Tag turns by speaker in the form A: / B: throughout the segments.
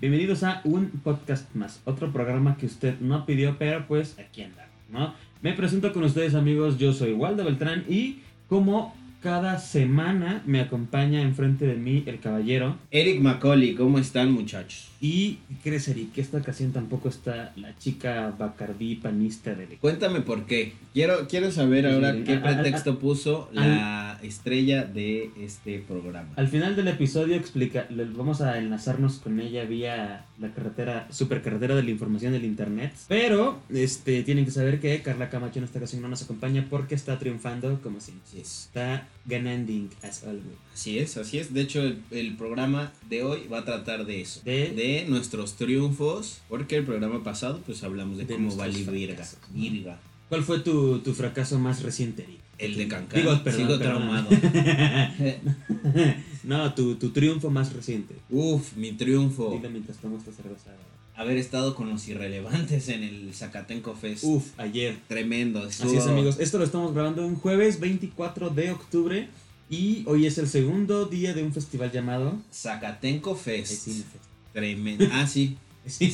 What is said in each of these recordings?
A: Bienvenidos a un podcast más, otro programa que usted no pidió, pero pues aquí anda, ¿no? Me presento con ustedes amigos, yo soy Waldo Beltrán y como cada semana me acompaña enfrente de mí el caballero
B: Eric Macaulay, ¿cómo están muchachos?
A: y crees Eric que esta ocasión tampoco está la chica Bacardí panista de
B: Cuéntame por qué. Quiero, quiero saber
A: Sí,
B: ahora
A: sí, sí.
B: qué
A: Ah, ah,
B: pretexto puso la estrella de este programa.
A: Al final del episodio explica, le- vamos a enlazarnos con ella vía la carretera, supercarretera de la información del internet. Pero, este, tienen que saber que Carla Camacho en esta ocasión no nos acompaña porque está triunfando como si
B: Así es.
A: está ganando as always.
B: Así es, así es. De hecho, el, el programa de hoy va a tratar de eso.
A: De-
B: de nuestros triunfos. Porque el programa pasado, pues hablamos de,
A: De
B: cómo
A: nuestros
B: valí virga.
A: fracasos.
B: Virga.
A: ¿Cuál fue tu, tu fracaso más reciente, Eric?
B: El de Cancán.
A: Digo, perdón,
B: Sigo
A: perdón.
B: traumado.
A: no, tu, tu triunfo más reciente.
B: Uf, mi triunfo.
A: Dile mientras tomo esta cerveza.
B: Haber estado con los irrelevantes en el Zacatenco Fest.
A: Uf, ayer.
B: Tremendo.
A: Así es
B: estuvo-
A: amigos, esto lo estamos grabando un jueves 24 de octubre y hoy es el segundo día de un festival llamado
B: Zacatenco
A: El
B: Fest.
A: Cinefest.
B: Tremendo. Ah, sí. Así,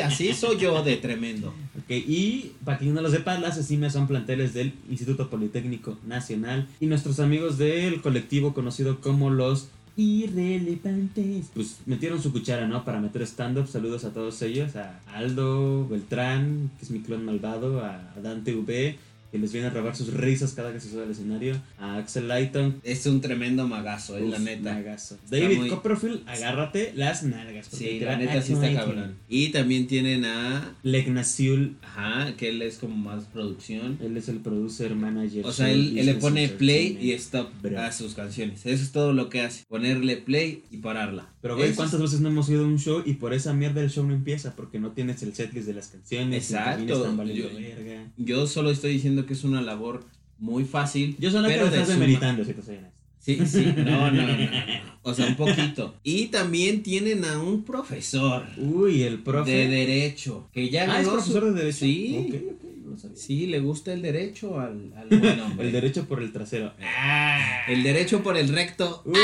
B: así soy yo de tremendo.
A: Ok, y para quien no lo sepa, las CECIMES son planteles del Instituto Politécnico Nacional y nuestros amigos del colectivo conocido como los Irrelevantes. Pues metieron su cuchara, ¿no? Para meter stand-up. Saludos a todos ellos: a Aldo, Beltrán, que es mi clon malvado, a Dante V, que les viene a robar sus risas cada que se sube al escenario, a Axel Lighton.
B: Es un tremendo magazo, es
A: Uf,
B: la neta.
A: nalgazo.
B: Está
A: David
B: muy-
A: Copperfield, agárrate las nalgas. porque
B: Sí, la
A: literal,
B: neta sí
A: Axel
B: está
A: Lighton.
B: cabrón. Y también tienen a.
A: Legnasiul
B: Ajá, que él es como más producción.
A: Él es el producer, manager.
B: O sea, él, él le pone play y
A: es.
B: stop
A: Bro.
B: a sus canciones. Eso es todo lo que hace. Ponerle play y pararla.
A: Pero güey,
B: Eso
A: ¿cuántas veces no hemos ido a un show y por esa mierda el show no empieza? Porque no tienes el setlist de las canciones. y
B: Exacto.
A: también están valiendo
B: Yo-
A: verga.
B: es- Yo solo estoy diciendo que es una labor muy fácil.
A: Yo solo que
B: pero
A: lo
B: de
A: estás
B: suma-
A: demeritando, si te soy honesto.
B: Sí, sí. No, no, no, no. O sea, un poquito. Y también tienen a un profesor.
A: Uy, el profe.
B: De derecho. Que ya
A: ah, es
B: ganó su-
A: profesor de derecho.
B: Sí.
A: Ok, ok, no lo sabía.
B: Sí, le gusta el derecho al, al buen hombre.
A: El derecho por el trasero.
B: El derecho por el recto.
A: Uy,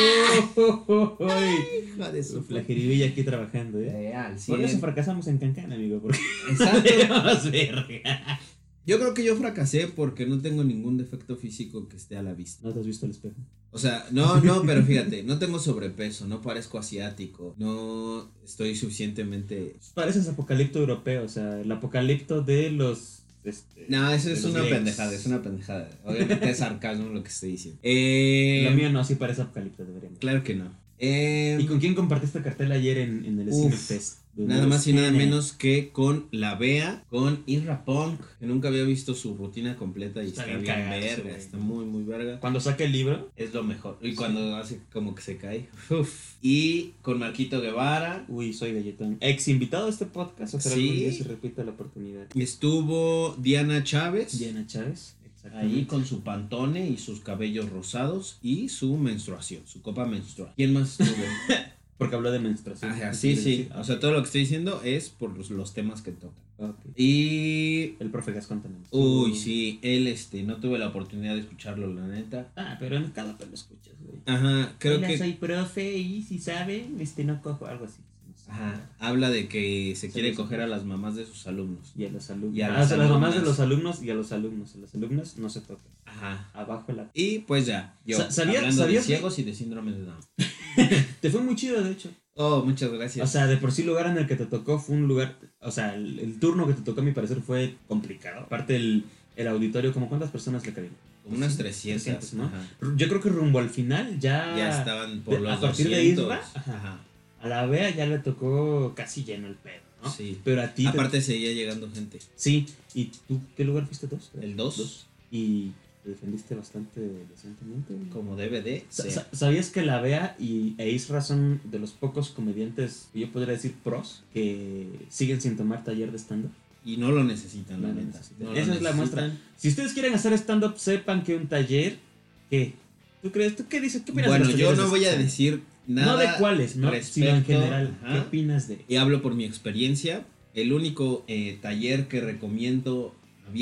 B: Hijo de su
A: la jiribilla aquí trabajando, ¿eh?
B: Eh, al
A: Por eso
B: cien.
A: fracasamos en Cancán, amigo. Porque
B: Exacto.
A: tenemos verga.
B: Yo creo que yo fracasé porque no tengo ningún defecto físico que esté a la vista.
A: ¿No te has visto el espejo?
B: O sea, no, no, pero fíjate, no tengo sobrepeso, no parezco asiático, no estoy suficientemente...
A: Pareces pues, apocalipto europeo, o sea, el apocalipto de los. Este,
B: No, eso
A: de
B: es
A: los
B: una
A: griegos.
B: pendejada, es una pendejada. Obviamente es sarcasmo lo que estoy diciendo. Eh,
A: Lo mío no, sí parece apocalipto, deberíamos.
B: Claro que no. Eh,
A: ¿Y con quién compartiste cartel ayer en, en el Pues,
B: Uf,
A: Cinefest?
B: Nada más y nada
A: N.
B: menos que con la Bea, con Irra Punk, que nunca había visto su rutina completa y
A: Está
B: está,
A: bien
B: bien,
A: cagazo,
B: verga,
A: güey.
B: está muy, muy verga.
A: Cuando saque el libro.
B: Es lo mejor. Y
A: Sí.
B: cuando hace como que se cae. uf. Y con Marquito Guevara.
A: Uy, soy galletón. Ex invitado a este podcast, ojalá
B: Sí.
A: algún día se repita la oportunidad.
B: Estuvo Diana Chávez.
A: Diana Chávez.
B: Ahí con su pantone y sus cabellos rosados y su menstruación, su copa menstrual. ¿Quién más estuvo?
A: Porque habló de menstruación.
B: Ah,
A: ¿Qué
B: sí,
A: quiere
B: sí.
A: decir?
B: O sea, todo lo que estoy diciendo es por los- los temas que tocan.
A: Ok.
B: Y
A: El profe Gascón también.
B: Uy, sí, él este, no tuve la oportunidad de escucharlo, la neta.
A: Ah, pero en cada pelo escuchas, güey.
B: Ajá, creo
A: Hola,
B: que
A: soy profe y si sabe, este no cojo algo así. No sé.
B: ajá, habla de que se
A: Sí,
B: quiere
A: sí.
B: coger a las mamás de sus alumnos.
A: Y a los alumnos.
B: Y a
A: Ah,
B: las
A: o sea, las mamás de
B: alumnas.
A: los alumnos y a los alumnos. A los alumnos no se tocan.
B: Ajá.
A: Abajo la.
B: Y pues ya, yo
A: Sa- ¿sabía-
B: hablando
A: sabías
B: de
A: que-
B: ciegos y de síndrome de Down.
A: Te fue muy chido, de hecho.
B: Oh, muchas
A: O
B: gracias.
A: sea, de por sí, el lugar en el que te tocó fue un lugar. O sea, el, el turno que te tocó, a mi parecer, fue complicado. Aparte, el, el auditorio, como cuántas personas le cabían.
B: Como unas
A: Ah, sí,
B: 300,
A: 300, ¿no?
B: ajá.
A: R- Yo creo que rumbo al final ya.
B: Ya estaban por
A: de-
B: los
A: a partir de
B: 200.
A: Isra, ajá.
B: ajá.
A: A la Bea ya le tocó casi lleno el pedo, ¿no?
B: Sí.
A: Pero a ti. te-
B: Aparte seguía llegando gente.
A: sí. ¿Y tú qué lugar fuiste? ¿Dos? creo?
B: El
A: Dos.
B: 2,
A: Y te defendiste bastante decentemente.
B: como DVD,
A: Sa- sa- ¿Sabías que la Bea y e Isra son de los pocos comediantes, que yo podría decir pros, que siguen sin tomar taller de stand-up?
B: y no lo necesitan, la
A: No lo
B: neta.
A: necesitan.
B: No lo
A: Esa es la muestra.
B: necesitan.
A: Si ustedes quieren hacer stand-up, sepan que un taller, ¿qué? ¿Tú crees? ¿Tú qué dices? ¿Qué opinas de
B: Bueno,
A: los
B: yo
A: talleres
B: no
A: de
B: voy a
A: stand-up?
B: decir nada.
A: No de cuáles, ¿no? sino en
B: respecto,
A: general.
B: ajá.
A: ¿Qué opinas de...?
B: y hablo por mi experiencia, el único eh, taller que recomiendo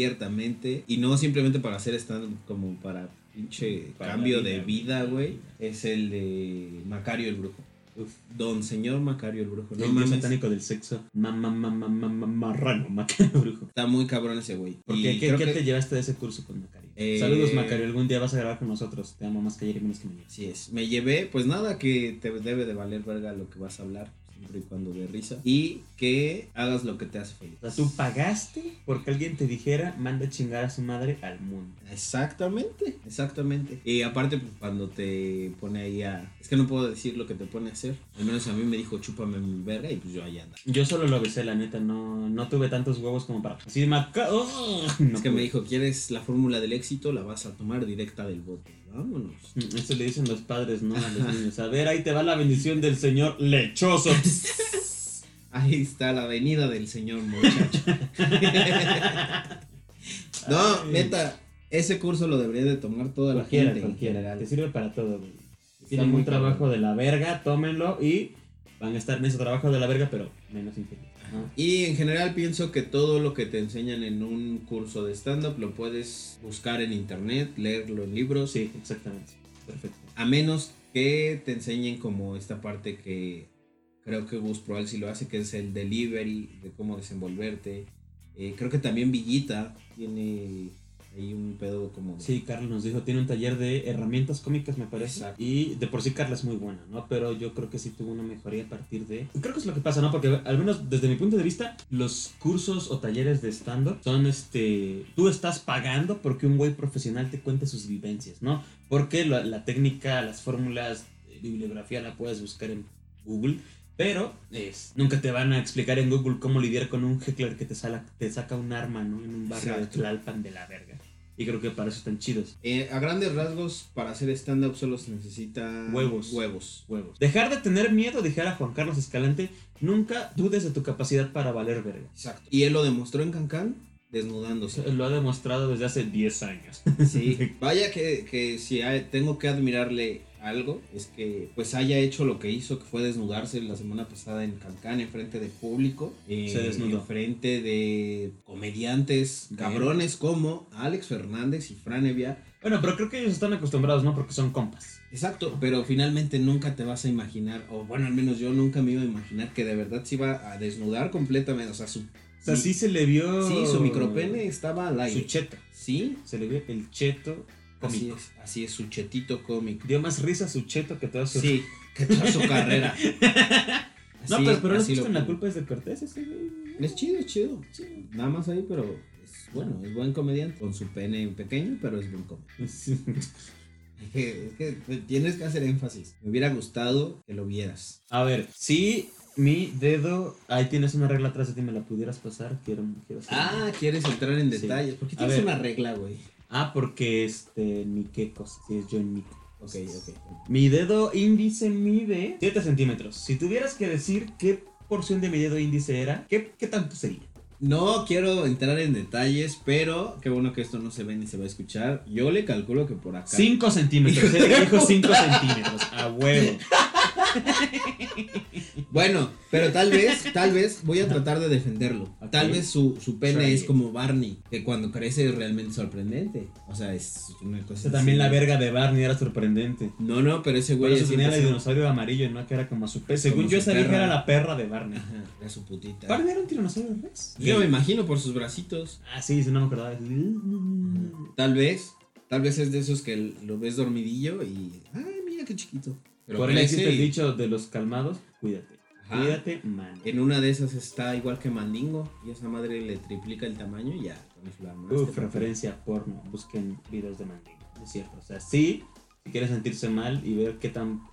B: abiertamente, y no simplemente para hacer stand como para pinche
A: Para la
B: cambio
A: vida,
B: de
A: güey.
B: vida, güey, es el de Macario el Brujo. Uf, Don señor Macario el Brujo. No
A: el dios
B: mames.
A: satánico del sexo. Mamá, mamá, mamá, marrano, Macario Brujo.
B: Está muy cabrón ese güey.
A: ¿Por
B: Y
A: qué? ¿Qué,
B: creo
A: qué
B: que-
A: te llevaste de ese curso con Macario?
B: Eh,
A: Saludos, Macario. Algún día vas a grabar con nosotros. Te amo más que ayer y menos que mañana.
B: Así es. Me llevé, pues nada, que te debe de valer verga lo que vas a hablar, siempre y cuando de risa. Y que hagas lo que te hace feliz.
A: O sea, tú pagaste porque alguien te dijera, manda a chingar a su madre al mundo.
B: Exactamente, exactamente. Y aparte, pues, cuando te pone ahí a. Es que no puedo decir lo que te pone a hacer. Al menos a mí me dijo, chúpame mi verga, y pues yo ahí anda.
A: Yo solo lo besé, la neta. No, no tuve tantos huevos como para. Así de Macario.
B: es que me dijo, ¿quieres la fórmula del éxito? La vas a tomar directa del bote. Vámonos.
A: Mm, Eso le dicen los padres, ¿no? A los niños. A ver, ahí te va la bendición del señor lechoso.
B: Ahí está la venida del señor muchacho. no,
A: Ay.
B: neta, ese curso lo debería de tomar toda la
A: Cualquiera,
B: gente en
A: cualquiera.
B: general.
A: Te sirve para todo, güey.
B: Está
A: Tienen
B: muy
A: un trabajo de la verga, tómenlo y van a estar en ese trabajo de la verga, pero menos infeliz. ¿no?
B: Y en general pienso que todo lo que te enseñan en un curso de stand-up lo puedes buscar en internet, leerlo en libros,
A: Sí, exactamente. Perfecto.
B: a menos que te enseñen como esta parte que creo que Gus Proal sí lo hace, que es el delivery, de cómo desenvolverte. Eh, creo que también Villita tiene ahí un pedo como... de-
A: Sí, Carlos nos dijo, tiene un taller de herramientas cómicas, me parece.
B: Exacto.
A: Y de por sí Carla es muy buena, ¿no? Pero yo creo que sí tuvo una mejoría a partir de... Creo que es lo que pasa, ¿no? Porque al menos desde mi punto de vista, los cursos o talleres de stand-up son este... Tú estás pagando porque un güey profesional te cuente sus vivencias, ¿no? Porque la, la técnica, las fórmulas, eh, bibliografía la puedes buscar en Google. Pero es, nunca te van a explicar en Google cómo lidiar con un heckler que te, sala- te saca un arma, ¿no? En un barrio de
B: Exacto.
A: Tlalpan de la verga. Y creo que para eso están chidos.
B: Eh, a grandes rasgos, para hacer stand-up solo se necesita...
A: Huevos.
B: Huevos.
A: Huevos. Dejar de tener miedo, dejar a Juan Carlos Escalante, nunca dudes de tu capacidad para valer verga.
B: Exacto. Y él lo demostró en Cancán desnudándose.
A: Lo ha demostrado desde hace 10 años.
B: Sí, vaya que, que si hay- tengo que admirarle algo, es que pues haya hecho lo que hizo, que fue desnudarse la semana pasada en Cancán, en frente de público, eh,
A: Se desnudó.
B: en frente de comediantes,
A: Bien.
B: cabrones como Alex Fernández y Fran Evia.
A: Bueno, pero creo que ellos están acostumbrados, ¿no? Porque son compas.
B: Exacto, pero finalmente nunca te vas a imaginar, o bueno, al menos yo nunca me iba a imaginar que de verdad se iba a desnudar completamente, o sea, su,
A: O sea, sí, se le vio...
B: sí, su micropene estaba al
A: Oh. Su
B: aire.
A: cheto.
B: Sí,
A: Se le vio el cheto
B: así
A: cómico.
B: es, así es, su chetito cómico.
A: Dio más risa su cheto que toda su...
B: Sí, que toda su carrera.
A: No,
B: Así-
A: pero, pero no
B: así
A: es
B: lo
A: con la
B: pongo.
A: culpa es de Cortés, ese güey.
B: Es chido, es chido. Nada más ahí, pero es bueno, es buen comediante. Con su pene pequeño, pero es buen comediante.
A: Sí.
B: Es que, es que tienes que hacer énfasis. Me hubiera gustado que lo vieras.
A: A ver, si mi dedo. Ahí tienes una regla atrás de ti, me la pudieras pasar. Quiero, quiero hacer-
B: Ah, quieres entrar en
A: Sí.
B: detalles. ¿Por qué
A: A
B: tienes
A: ver.
B: una regla, güey?
A: Ah, porque este, ni qué cosa. Si es yo en mi.
B: Ok, ok.
A: Mi dedo índice mide 7 centímetros. Si tuvieras que decir qué porción de mi dedo índice era, ¿qué, qué tanto sería?
B: No quiero entrar en detalles, pero qué bueno que esto no se ve ni se va a escuchar. Yo le calculo que por acá.
A: 5 centímetros.
B: Hijo de
A: Él dijo 5 centímetros. A huevo.
B: Bueno, pero tal vez, tal vez voy a tratar de defenderlo.
A: Ok.
B: Tal vez su, su pene
A: Try
B: es
A: it.
B: como Barney, que cuando crece es realmente sorprendente. O sea, es una
A: O
B: cosa.
A: sea, también
B: así.
A: la verga de Barney era sorprendente.
B: No, no, pero ese
A: Por
B: güey
A: eso
B: es
A: tenía el
B: siempre-
A: dinosaurio amarillo, ¿no? Que era como su pez. Según
B: Como
A: yo,
B: su
A: esa vieja
B: perra.
A: era la perra de Barney.
B: Ajá, era su putita.
A: ¿Barney era un tiranosaurio Rex?
B: Yo me imagino por sus bracitos.
A: Ah, sí, sí, no me acordaba.
B: Tal vez, tal vez es de esos que lo ves dormidillo y. Ay, mira qué chiquito. Pero
A: Por ahí
B: crece
A: existe el
B: y-
A: dicho de los calmados, cuídate.
B: Ajá.
A: Cuídate, man.
B: En una de esas está igual que Mandingo y esa madre le triplica el tamaño y ya. con eso la armaste,
A: Uf,
B: papi.
A: referencia a porno. Busquen videos de mandingo. Es cierto. O sea, sí, si quieres sentirse mal y ver qué tanto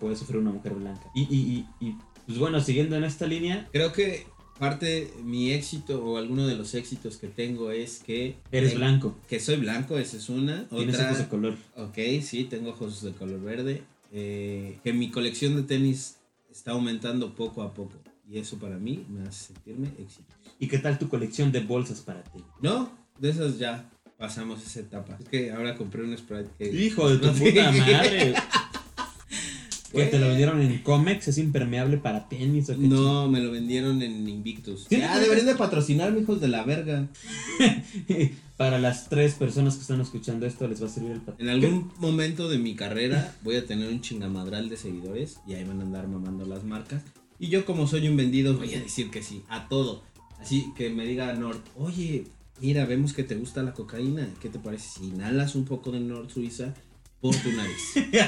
A: puede sufrir una mujer blanca. Y, y, y, y pues bueno, siguiendo en esta línea,
B: Creo que parte de mi éxito o alguno de los éxitos que tengo es que...
A: eres
B: eh,
A: blanco.
B: Que soy blanco, esa es una.
A: Tienes ojos de
B: Otra...
A: color.
B: Ok, sí, tengo ojos de color verde. eh, que mi colección de tenis está aumentando poco a poco. Y eso para mí me hace sentirme exitoso.
A: ¿Y qué tal tu colección de bolsas para ti?
B: No, de esas ya pasamos esa etapa. Es que ahora compré un Sprite que...
A: Hijo de tu
B: Sí.
A: puta madre. Que te lo vendieron en cómics, es impermeable para tenis o qué
B: No, me lo vendieron en Invictus.
A: Sí,
B: ah,
A: sí,
B: deberían de patrocinarme, hijos de la verga.
A: ch- Para las tres personas que están escuchando esto les va a servir el pat-
B: En algún momento de mi carrera voy a tener un chingamadral de seguidores y ahí van a andar mamando las marcas. Y yo como soy un vendido voy a decir que sí, a todo. Así que me diga Nord, oye, mira, vemos que te gusta la cocaína. ¿Qué te parece si inhalas un poco de Nord Suiza por tu nariz?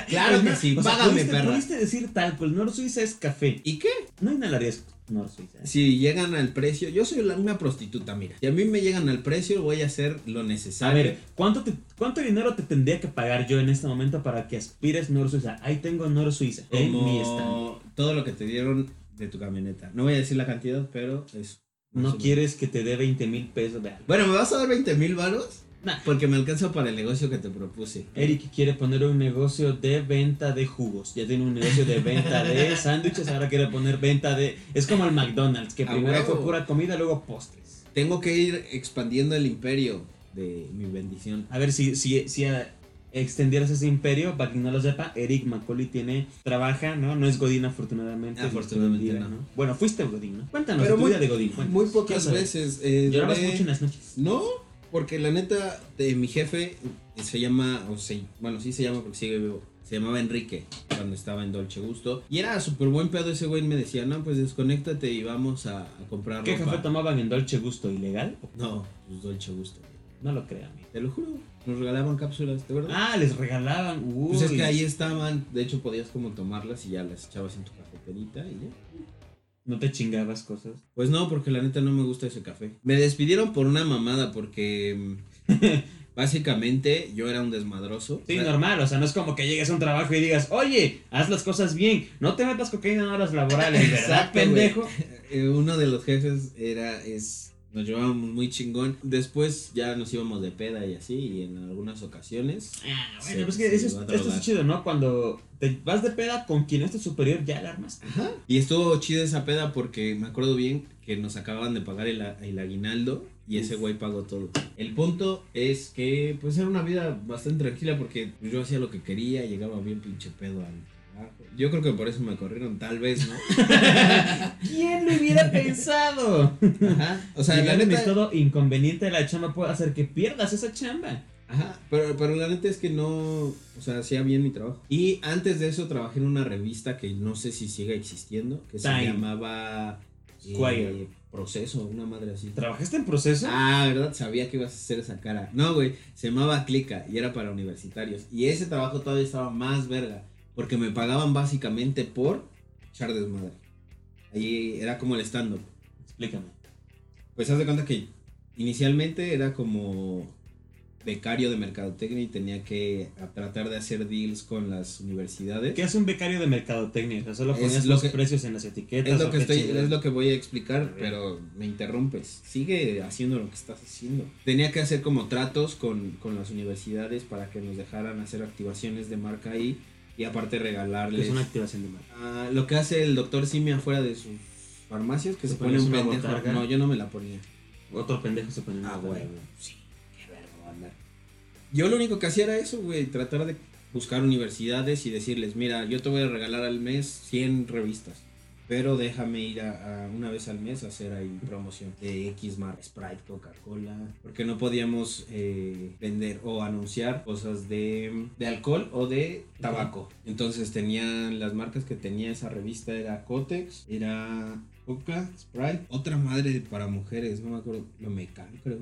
B: Claro que sí,
A: O sea,
B: págame,
A: pudiste,
B: perra.
A: pudiste decir tal, pues Nor Suiza es café.
B: ¿Y qué?
A: No inhalarías Nor Suiza.
B: Si llegan al precio, yo soy la- una prostituta, mira. Si a mí me llegan al precio, voy a hacer lo
A: A
B: necesario.
A: ver, eh, ¿cuánto, te- ¿cuánto dinero te tendría que pagar yo en este momento para que aspires Nor Suiza? Ahí tengo Nor Suiza en mi stand.
B: como todo lo que te dieron de tu camioneta. No voy a decir la cantidad, pero es... más o
A: No
B: menos.
A: quieres que te dé 20 mil pesos de algo.
B: Bueno, ¿me vas a dar 20 mil varos?
A: Nah. Eh.
B: Porque me alcanza para el negocio que te propuse.
A: Eric quiere poner un negocio de venta de jugos. Ya tiene un negocio de venta de sándwiches, ahora quiere poner venta de... Es como el McDonald's, que
B: A
A: primero fue
B: huevo.
A: pura comida, luego postres.
B: Tengo que ir expandiendo el imperio de mi bendición.
A: A ver, si, si, si eh, extendieras ese imperio, para quien no lo sepa, Eric Macaulay tiene, trabaja, ¿no? No es Godín, afortunadamente.
B: Afortunadamente,
A: Dios te bendiga,
B: no.
A: Bueno, fuiste Godín, ¿no? Cuéntanos
B: Pero
A: de tu
B: muy-
A: vida de Godín. cuéntanos.
B: Muy pocas
A: ¿Qué onda?
B: veces. eh,
A: Llorabas
B: duré-
A: mucho en las noches.
B: No, porque la neta, de mi jefe eh, se llama, o se- bueno, sí se llama porque sigue vivo. Se llamaba Enrique cuando estaba en Dolce Gusto. Y era súper buen pedo ese güey. Me decía, no, pues desconéctate y vamos a, a comprar
A: ¿Qué
B: ropa".
A: café tomaban en Dolce Gusto? ¿Ilegal?
B: No, pues Dolce Gusto. güey.
A: No lo creo, amigo.
B: Te lo juro. Nos regalaban cápsulas, ¿de verdad?
A: Ah, les regalaban. Uy.
B: Pues es que ahí estaban, de hecho podías como tomarlas y ya las echabas en tu cafeterita y ya.
A: No te chingabas cosas.
B: Pues no, porque la neta no me gusta ese café. Me despidieron por una mamada porque mm, básicamente yo era un desmadroso.
A: Sí,
B: O sea,
A: normal, o sea, no es como que llegues a un trabajo y digas, oye, haz las cosas bien, no te metas cocaína en horas laborales, ¿verdad,
B: Exacto,
A: pendejo?
B: eh, Uno de los jefes era, es, nos llevábamos muy chingón. Después ya nos íbamos de peda y así, y en algunas ocasiones.
A: Ah,
B: Sí,
A: bueno, pues que
B: sí,
A: eso es-
B: va a
A: esto
B: drogar.
A: es chido, ¿no? Cuando te vas de peda con quien es tu superior, ya la armas.
B: Y estuvo chida esa peda porque me acuerdo bien que nos acababan de pagar el, a- el aguinaldo y ese
A: Uf.
B: güey pagó todo. El punto es que pues era una vida bastante tranquila porque yo hacía lo que quería, llegaba bien pinche pedo al trabajo. Yo creo que por eso me corrieron, tal vez, ¿no?
A: ¿Quién lo hubiera pensado?
B: Ajá. O sea, la
A: Llegar en
B: neta,
A: estado inconveniente de la chamba puede hacer que pierdas esa chamba.
B: Ajá, pero, pero la neta es que no, o sea, hacía bien mi trabajo. Y antes de eso trabajé en una revista que no sé si sigue existiendo, que
A: Time.
B: se llamaba eh,
A: Squire.
B: Proceso, una madre así.
A: ¿Trabajaste en proceso?
B: Ah, ¿verdad? Sabía que ibas a hacer esa cara. No, güey, se llamaba Clica y era para universitarios. Y ese trabajo todavía estaba más verga, porque me pagaban básicamente por echar desmadre. Ahí era como el stand-up.
A: Explícame.
B: Pues haz de cuenta que inicialmente era como becario de mercadotecnia y tenía que a- tratar de hacer deals con las universidades.
A: ¿Qué hace un becario de mercadotecnia? O sea, solo
B: Es
A: ponías
B: lo
A: los
B: que-
A: precios en las etiquetas.
B: Es
A: o
B: lo, que
A: qué
B: estoy,
A: chingados?
B: es lo que voy a explicar,
A: ver.
B: pero me interrumpes. Sigue haciendo lo que estás haciendo. Tenía que hacer como tratos con, con las universidades para que nos dejaran hacer activaciones de marca ahí y aparte
A: Que
B: regalarles
A: Es una activación de marca.
B: Ah, lo que hace el doctor Simi afuera de sus farmacias, que
A: ¿Te
B: se pone
A: pones
B: un
A: una
B: pendejo.
A: botarga?
B: No, yo no me la ponía.
A: Otro pendejo se pone en
B: Ah,
A: la
B: güey.
A: tabla.
B: Sí, qué verga, banda. Yo lo único que hacía era eso, güey, tratar de buscar universidades y decirles, mira, yo te voy a regalar al mes 100 revistas, pero déjame ir a, a una vez al mes a hacer ahí promoción de X Mark, Sprite, Coca-Cola, porque no podíamos eh, vender o anunciar cosas de, de alcohol o de tabaco. Entonces tenían las marcas que tenía esa revista era Cotex, era Coca, Sprite, otra madre para mujeres, no me acuerdo, lo mecan creo,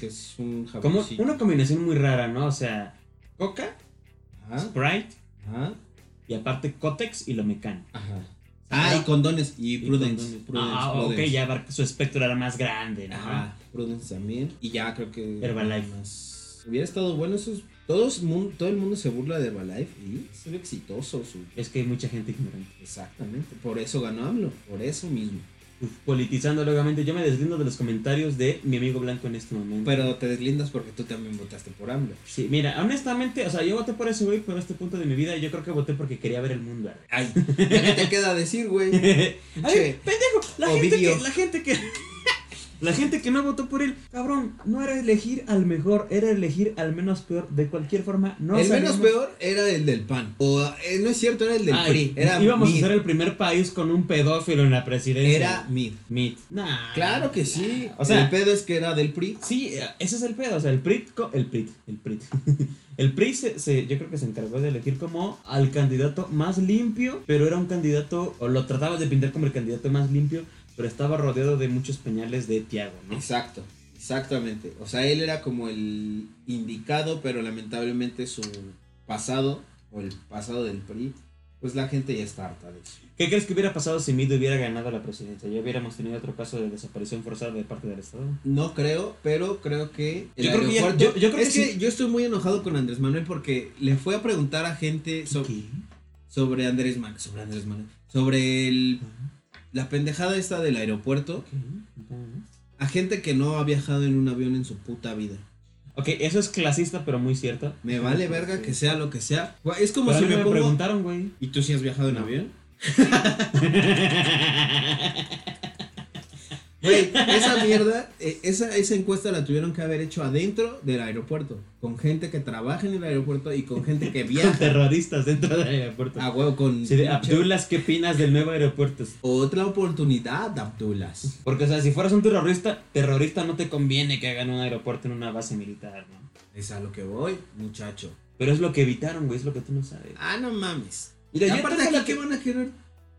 B: que es un
A: Como
B: jaboncillo.
A: una combinación muy rara, ¿no? O sea, Coca,
B: Ajá,
A: Sprite
B: ajá,
A: y aparte Cotex y lo mecano.
B: ajá. Ah, y condones y Prudence. Prudence,
A: ah,
B: Prudence.
A: ok, ya abarca- su espectro era más grande, ¿no?
B: Ajá, Prudence también. Y ya creo que.
A: Herbalife.
B: Más. Hubiera estado bueno esos. Todos, mun- todo el mundo se burla de Herbalife y es exitoso su.
A: Es que hay mucha gente ignorante.
B: Exactamente. Por eso ganó AMLO. Por eso mismo.
A: Uf, politizando lógicamente, yo me deslindo de los comentarios de mi amigo Blanco en este momento.
B: Pero te deslindas porque tú también votaste por AMLO.
A: Sí, mira, honestamente, o sea, yo voté por ese güey, pero a este punto de mi vida yo creo que voté porque quería ver el mundo. arder.
B: Ay, ¿qué te queda decir, güey?
A: Ay, pendejo, la gente,
B: Ovidio.
A: que, la gente que... La gente que no votó por él, cabrón, no era elegir al mejor, era elegir al menos peor. De cualquier forma, no
B: el
A: sabemos-
B: menos peor era el del PAN. O, eh, no es cierto, era el del
A: Ay,
B: PRI. Era
A: íbamos a
B: Mid.
A: ser el primer país con un pedófilo en la presidencia.
B: Era Mid.
A: Mit. Nah.
B: Claro que sí.
A: O sea-
B: el pedo es que era del PRI.
A: Sí, ese es el pedo. O sea, el PRI, co- el PRI, el PRI. El PRI se, se- yo creo que se encargó de elegir como al candidato más limpio, pero era un candidato, o lo trataba de pintar como el candidato más limpio, pero estaba rodeado de muchos peñales de Tiago, ¿no?
B: Exacto, exactamente. O sea, él era como el indicado, pero lamentablemente su pasado, o el pasado del PRI, pues la gente ya está harta de eso.
A: ¿Qué crees que hubiera pasado si Mid hubiera ganado la presidencia? ¿Ya hubiéramos tenido otro caso de desaparición forzada de parte del Estado?
B: No creo, pero creo que el
A: Yo creo que ya-
B: aeropuerto-
A: yo- yo creo
B: es
A: que
B: que, yo estoy muy enojado con Andrés Manuel porque le fue a preguntar a gente so-
A: ¿Qué?
B: sobre Andrés Manuel, sobre Andrés Manuel, sobre el- la pendejada esta del aeropuerto a gente que no ha viajado en un avión en su puta vida.
A: Ok, eso es clasista, pero muy cierto.
B: Me vale verga que sea lo que sea. Gua- Es como
A: Pero a
B: si
A: mí
B: me,
A: me
B: pongo-
A: preguntaron, güey.
B: ¿Y tú sí has viajado en
A: No.
B: avión? Güey, esa mierda, eh, esa, esa encuesta la tuvieron que haber hecho adentro del aeropuerto, con gente que trabaja en el aeropuerto y con gente que
A: Con
B: viaja
A: terroristas dentro del aeropuerto.
B: a huevo con...
A: Sí, de Abdulas, ¿qué opinas del nuevo aeropuerto?
B: Otra oportunidad, Abdulas.
A: Porque, o sea, si fueras un terrorista, terrorista no te conviene que hagan un aeropuerto en una base militar, ¿no?
B: Es a lo que voy, muchacho.
A: Pero es lo que evitaron, güey, es lo que tú no sabes.
B: Ah, no mames.
A: Mira, yo
B: aparte
A: tengo
B: aquí,
A: la
B: ¿qué
A: te-
B: van a querer?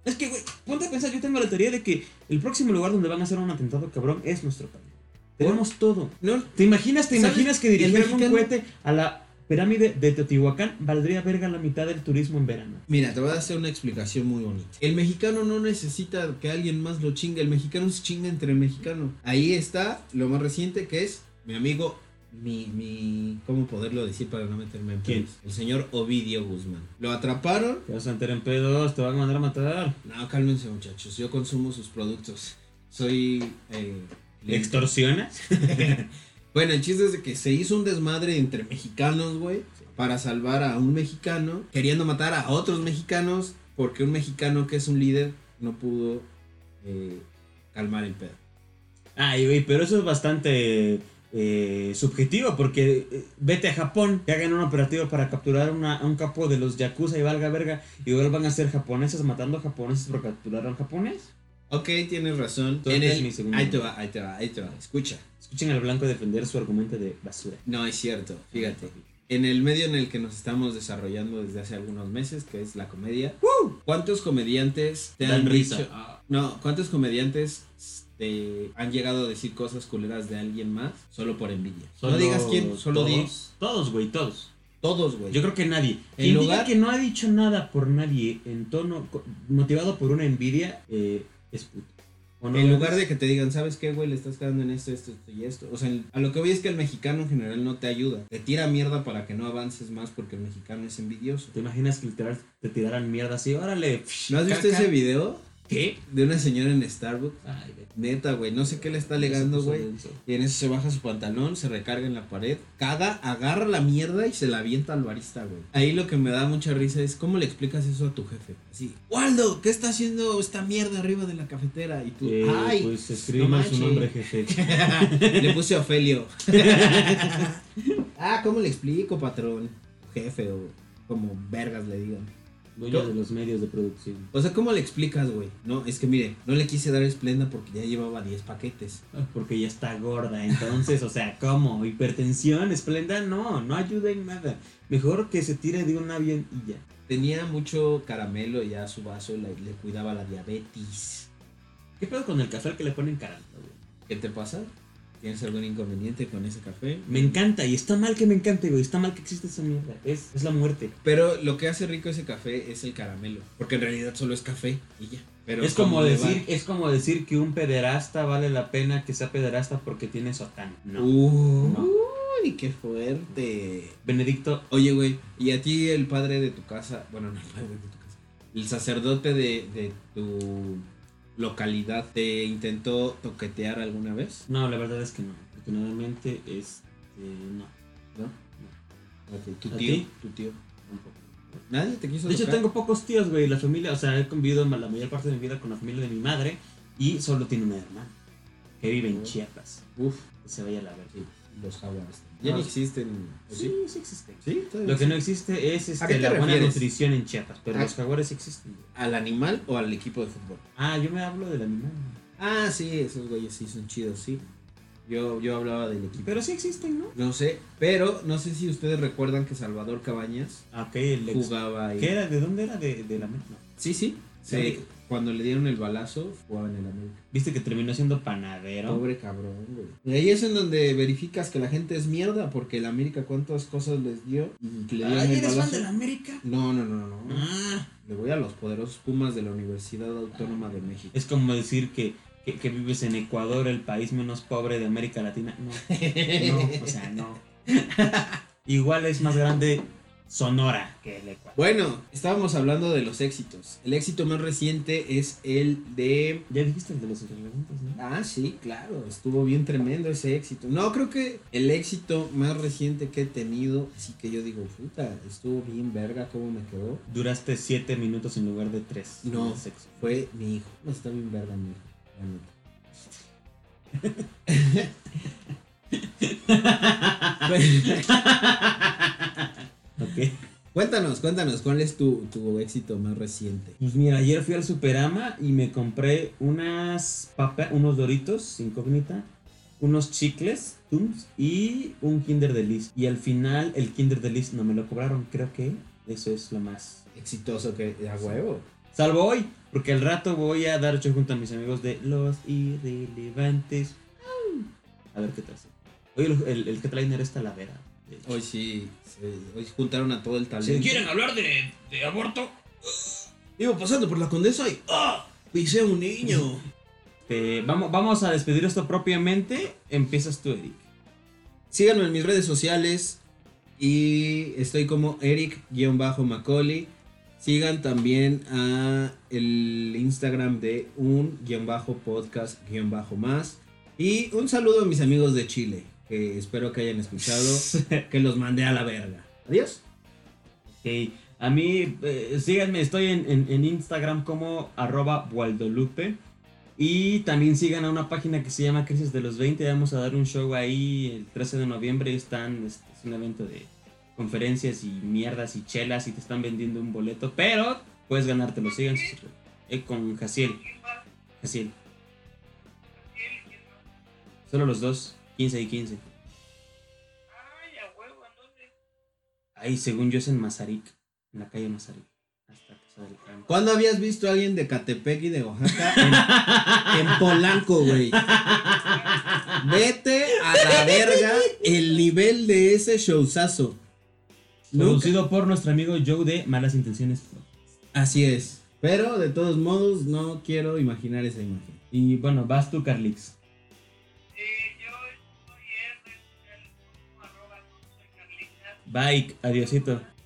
A: Es que, güey, ponte a pensar, yo tengo la teoría de que el próximo lugar donde van a hacer un atentado cabrón es nuestro país. Tenemos todo.
B: No,
A: ¿Te imaginas, te
B: ¿Sabes?
A: imaginas que
B: El
A: dirigieran un
B: mexicano-
A: cohete a la pirámide de Teotihuacán? Valdría verga la mitad del turismo en verano.
B: Mira, te voy a hacer una explicación muy bonita. El mexicano no necesita que alguien más lo chingue. El mexicano se chinga entre mexicanos. Ahí está lo más reciente que es mi amigo, mi, mi, ¿cómo poderlo decir para no meterme en
A: ¿Quién?
B: pedos? El señor Ovidio Guzmán. Lo atraparon.
A: Te vas a meter en pedos, te van a mandar a matar.
B: No, cálmense muchachos. Yo consumo sus productos. Soy... eh,
A: ¿Le extorsionas?
B: bueno, el chiste es de que se hizo un desmadre entre mexicanos, güey, para salvar a un mexicano, queriendo matar a otros mexicanos, porque un mexicano que es un líder no pudo eh, calmar el pedo.
A: Ay, güey, pero eso es bastante eh, subjetivo, porque eh, vete a Japón, que hagan un operativo para capturar una- a un capo de los Yakuza y valga verga, y vuelvan a ser japoneses matando japoneses por capturar a un japonés.
B: Ok, tienes razón.
A: Tú
B: En
A: eres
B: el-
A: mi segundo.
B: ahí te va, ahí te va, ahí te va. Escucha.
A: Escuchen al blanco defender su argumento de basura.
B: No es cierto, fíjate. En el medio en el que nos estamos desarrollando desde hace algunos meses, que es la comedia, ¿cuántos comediantes te
A: Dan
B: han
A: risa.
B: dicho- No, ¿cuántos comediantes te han llegado a decir cosas culeras de alguien más solo por envidia?
A: Solo
B: no digas quién, solo
A: todos,
B: di
A: Todos, güey, todos.
B: todos, güey.
A: Yo creo que nadie.
B: Pues, En
A: Quien diga
B: lugar-
A: que no ha dicho nada por nadie en tono co- motivado por una envidia, eh, es puto. ¿O no,
B: en
A: güey?
B: lugar de que te digan, ¿sabes qué, güey? Le estás cagando en esto, esto, esto y esto. O sea, el- a lo que voy es que el mexicano en general no te ayuda. Te tira mierda para que no avances más porque el mexicano es envidioso.
A: ¿Te imaginas que literal te tiraran mierda así? Órale. psh,
B: ¿No has visto
A: caca.
B: ese video
A: ¿Qué?
B: de una señora en Starbucks?
A: Ay, güey.
B: Neta, güey, no sé qué le está alegando,
A: Eso puso
B: güey.
A: denso.
B: Y en eso se baja su pantalón, se recarga en la pared, caga, agarra la mierda y se la avienta al barista, güey. Ahí lo que me da mucha risa es cómo le explicas eso a tu jefe. Así, Waldo, ¿qué está haciendo esta mierda arriba de la cafetera? Y tú,
A: Eh,
B: ay,
A: pues escribe mal su
B: manches".
A: nombre, jefe.
B: le puse Ofelio. ah, ¿cómo le explico, patrón? Jefe o como vergas le digan.
A: Dueño
B: Yo-
A: de los medios de producción.
B: O sea, ¿cómo le explicas, güey? No, es que mire, no le quise dar esplenda porque ya llevaba 10 paquetes.
A: Ah, Porque ya está gorda, entonces, o sea, ¿cómo? ¿Hipertensión? ¿Esplenda? No, no ayuda en nada. Mejor que se tire de un avión y ya.
B: Tenía mucho caramelo ya a su vaso, le, le cuidaba la diabetes.
A: ¿Qué pedo con el café al que le ponen caranta, güey?
B: ¿Qué te pasa? ¿Tienes algún inconveniente con ese café?
A: Me encanta, y está mal que me encante, güey. Está mal que existe esa mierda. Es, es la muerte.
B: Pero lo que hace rico ese café es el caramelo, porque en realidad solo es café y ya. Pero
A: es como
B: ¿cómo le va?
A: decir, es como decir que un pederasta vale la pena que sea pederasta porque tiene sotana. No.
B: Uh.
A: No.
B: Uy, qué fuerte.
A: Benedicto,
B: Oye, güey, ¿y a ti el padre de tu casa, bueno, no el padre de tu casa, el sacerdote de, de tu localidad te intentó toquetear alguna vez?
A: no, la verdad es que no. Afortunadamente, es. no.
B: ¿No? ¿Tu
A: ¿A
B: tío?
A: ti?
B: ¿Tu tío?
A: Tampoco.
B: ¿Nadie te quiso
A: De hecho,
B: tocar?
A: tengo pocos tíos, güey. La familia, o sea, he convivido ma- la mayor parte de mi vida con la familia de mi madre y solo tiene una hermana. que vive
B: Oh.
A: en Chiapas.
B: Uf,
A: Que se vaya a la verga.
B: sí, los jaguares. Ya
A: No,
B: ni
A: sí.
B: existen. ¿o
A: Sí,
B: ¿Sí?
A: sí existen.
B: ¿Sí? todavía
A: Lo que
B: existen.
A: no existe es
B: ¿A qué
A: este,
B: te
A: la buena
B: refieres?
A: nutrición en Chiapas, pero
B: Ah.
A: los jaguares sí existen. güey.
B: ¿Al animal o al equipo de fútbol?
A: Ah, yo me hablo del animal.
B: Ah, sí, esos güeyes sí son chidos, sí. Yo, yo hablaba del equipo.
A: Pero sí existen, ¿no?
B: no sé, pero no sé si ustedes recuerdan que Salvador Cabañas
A: Ah, Ok, el ex-
B: jugaba ahí.
A: ¿Qué era? ¿De dónde era? De, de la América. No.
B: Sí, sí. se-
A: Sí.
B: cuando le dieron el balazo, jugaba en el América.
A: Viste que terminó siendo panadero.
B: Pobre cabrón, güey. Y ahí es en donde verificas que la gente es mierda, porque el América cuántas cosas les dio y que le dieron
A: Ay,
B: el
A: ¿eres fan
B: balazo.
A: de la América?
B: No, no, no, no.
A: Ah,
B: Le voy a los poderosos Pumas de la Universidad Autónoma de México.
A: es como decir que, que, que vives en Ecuador, el país menos pobre de América Latina. No, no, o sea, no. Igual es más grande Sonora que el Ecuador.
B: Bueno, estábamos hablando de los éxitos. El éxito más reciente es el de...
A: Ya dijiste el de los irrelevantes, ¿no?
B: Ah, sí, claro, estuvo bien tremendo ese éxito. No, creo que el éxito más reciente que he tenido, así que yo digo, puta, estuvo bien verga cómo me quedó,
A: Duraste 7 minutos en lugar de 3.
B: No. fue mi hijo. No, está bien verga mi hijo, la neta.
A: Ok.
B: cuéntanos, cuéntanos, ¿cuál es tu, tu éxito más reciente?
A: Pues mira, ayer fui al Superama y me compré unas papas, unos doritos incógnita, unos chicles, Tums, y un Kinder de Liz. Y al final el Kinder de Liz no me lo cobraron, creo que eso es lo más.
B: Exitoso que a huevo.
A: Salvo hoy, porque al rato voy a dar show junto a mis amigos de Los Irrelevantes. A ver qué tal. Hoy el, el, el headliner es Talavera. de hecho.
B: Hoy sí, se- hoy juntaron a todo el talento.
A: hablar de, de aborto,
B: Iba pasando por la condesa y ¡ah! Pisé a un niño.
A: Este, vamos, vamos a despedir esto propiamente. Empiezas tú, Eric.
B: Síganme en mis redes sociales y estoy como Eric-Macaulay. Sigan también a el Instagram de un guión bajo podcast guión bajo más. Y un saludo a mis amigos de Chile, que espero que hayan escuchado, que los mandé a la verga. Adiós.
A: Ok, A mí, eh, síganme, estoy en, en- en Instagram como arroba Waldolupe. Y también sigan a una página que se llama Crisis de los 20. Vamos a dar un show ahí el 13 de noviembre. Están, este, es un evento de conferencias y mierdas y chelas y te están vendiendo un boleto. Pero puedes ganártelo. Sigan sus- eh, con Jaciel. Jaciel. Solo los dos. 15 y 15.
C: Ay, a huevo, entonces.
A: Ahí, según yo, es en Mazarik. En la calle Mazarik. Hasta Casa del Campo.
B: ¿Cuándo habías visto a alguien de Catepec y de Oaxaca en, en Polanco, güey? Vete a la verga el nivel de ese showzazo. Nunca-
A: Producido por nuestro amigo Joe de Malas Intenciones.
B: Así es. Pero de todos modos, no quiero imaginar esa imagen.
A: Y bueno, vas tú, Carlix.
C: Eh, yo estoy en redes sociales como arroba no soy Carlita.
A: Bye, adiosito.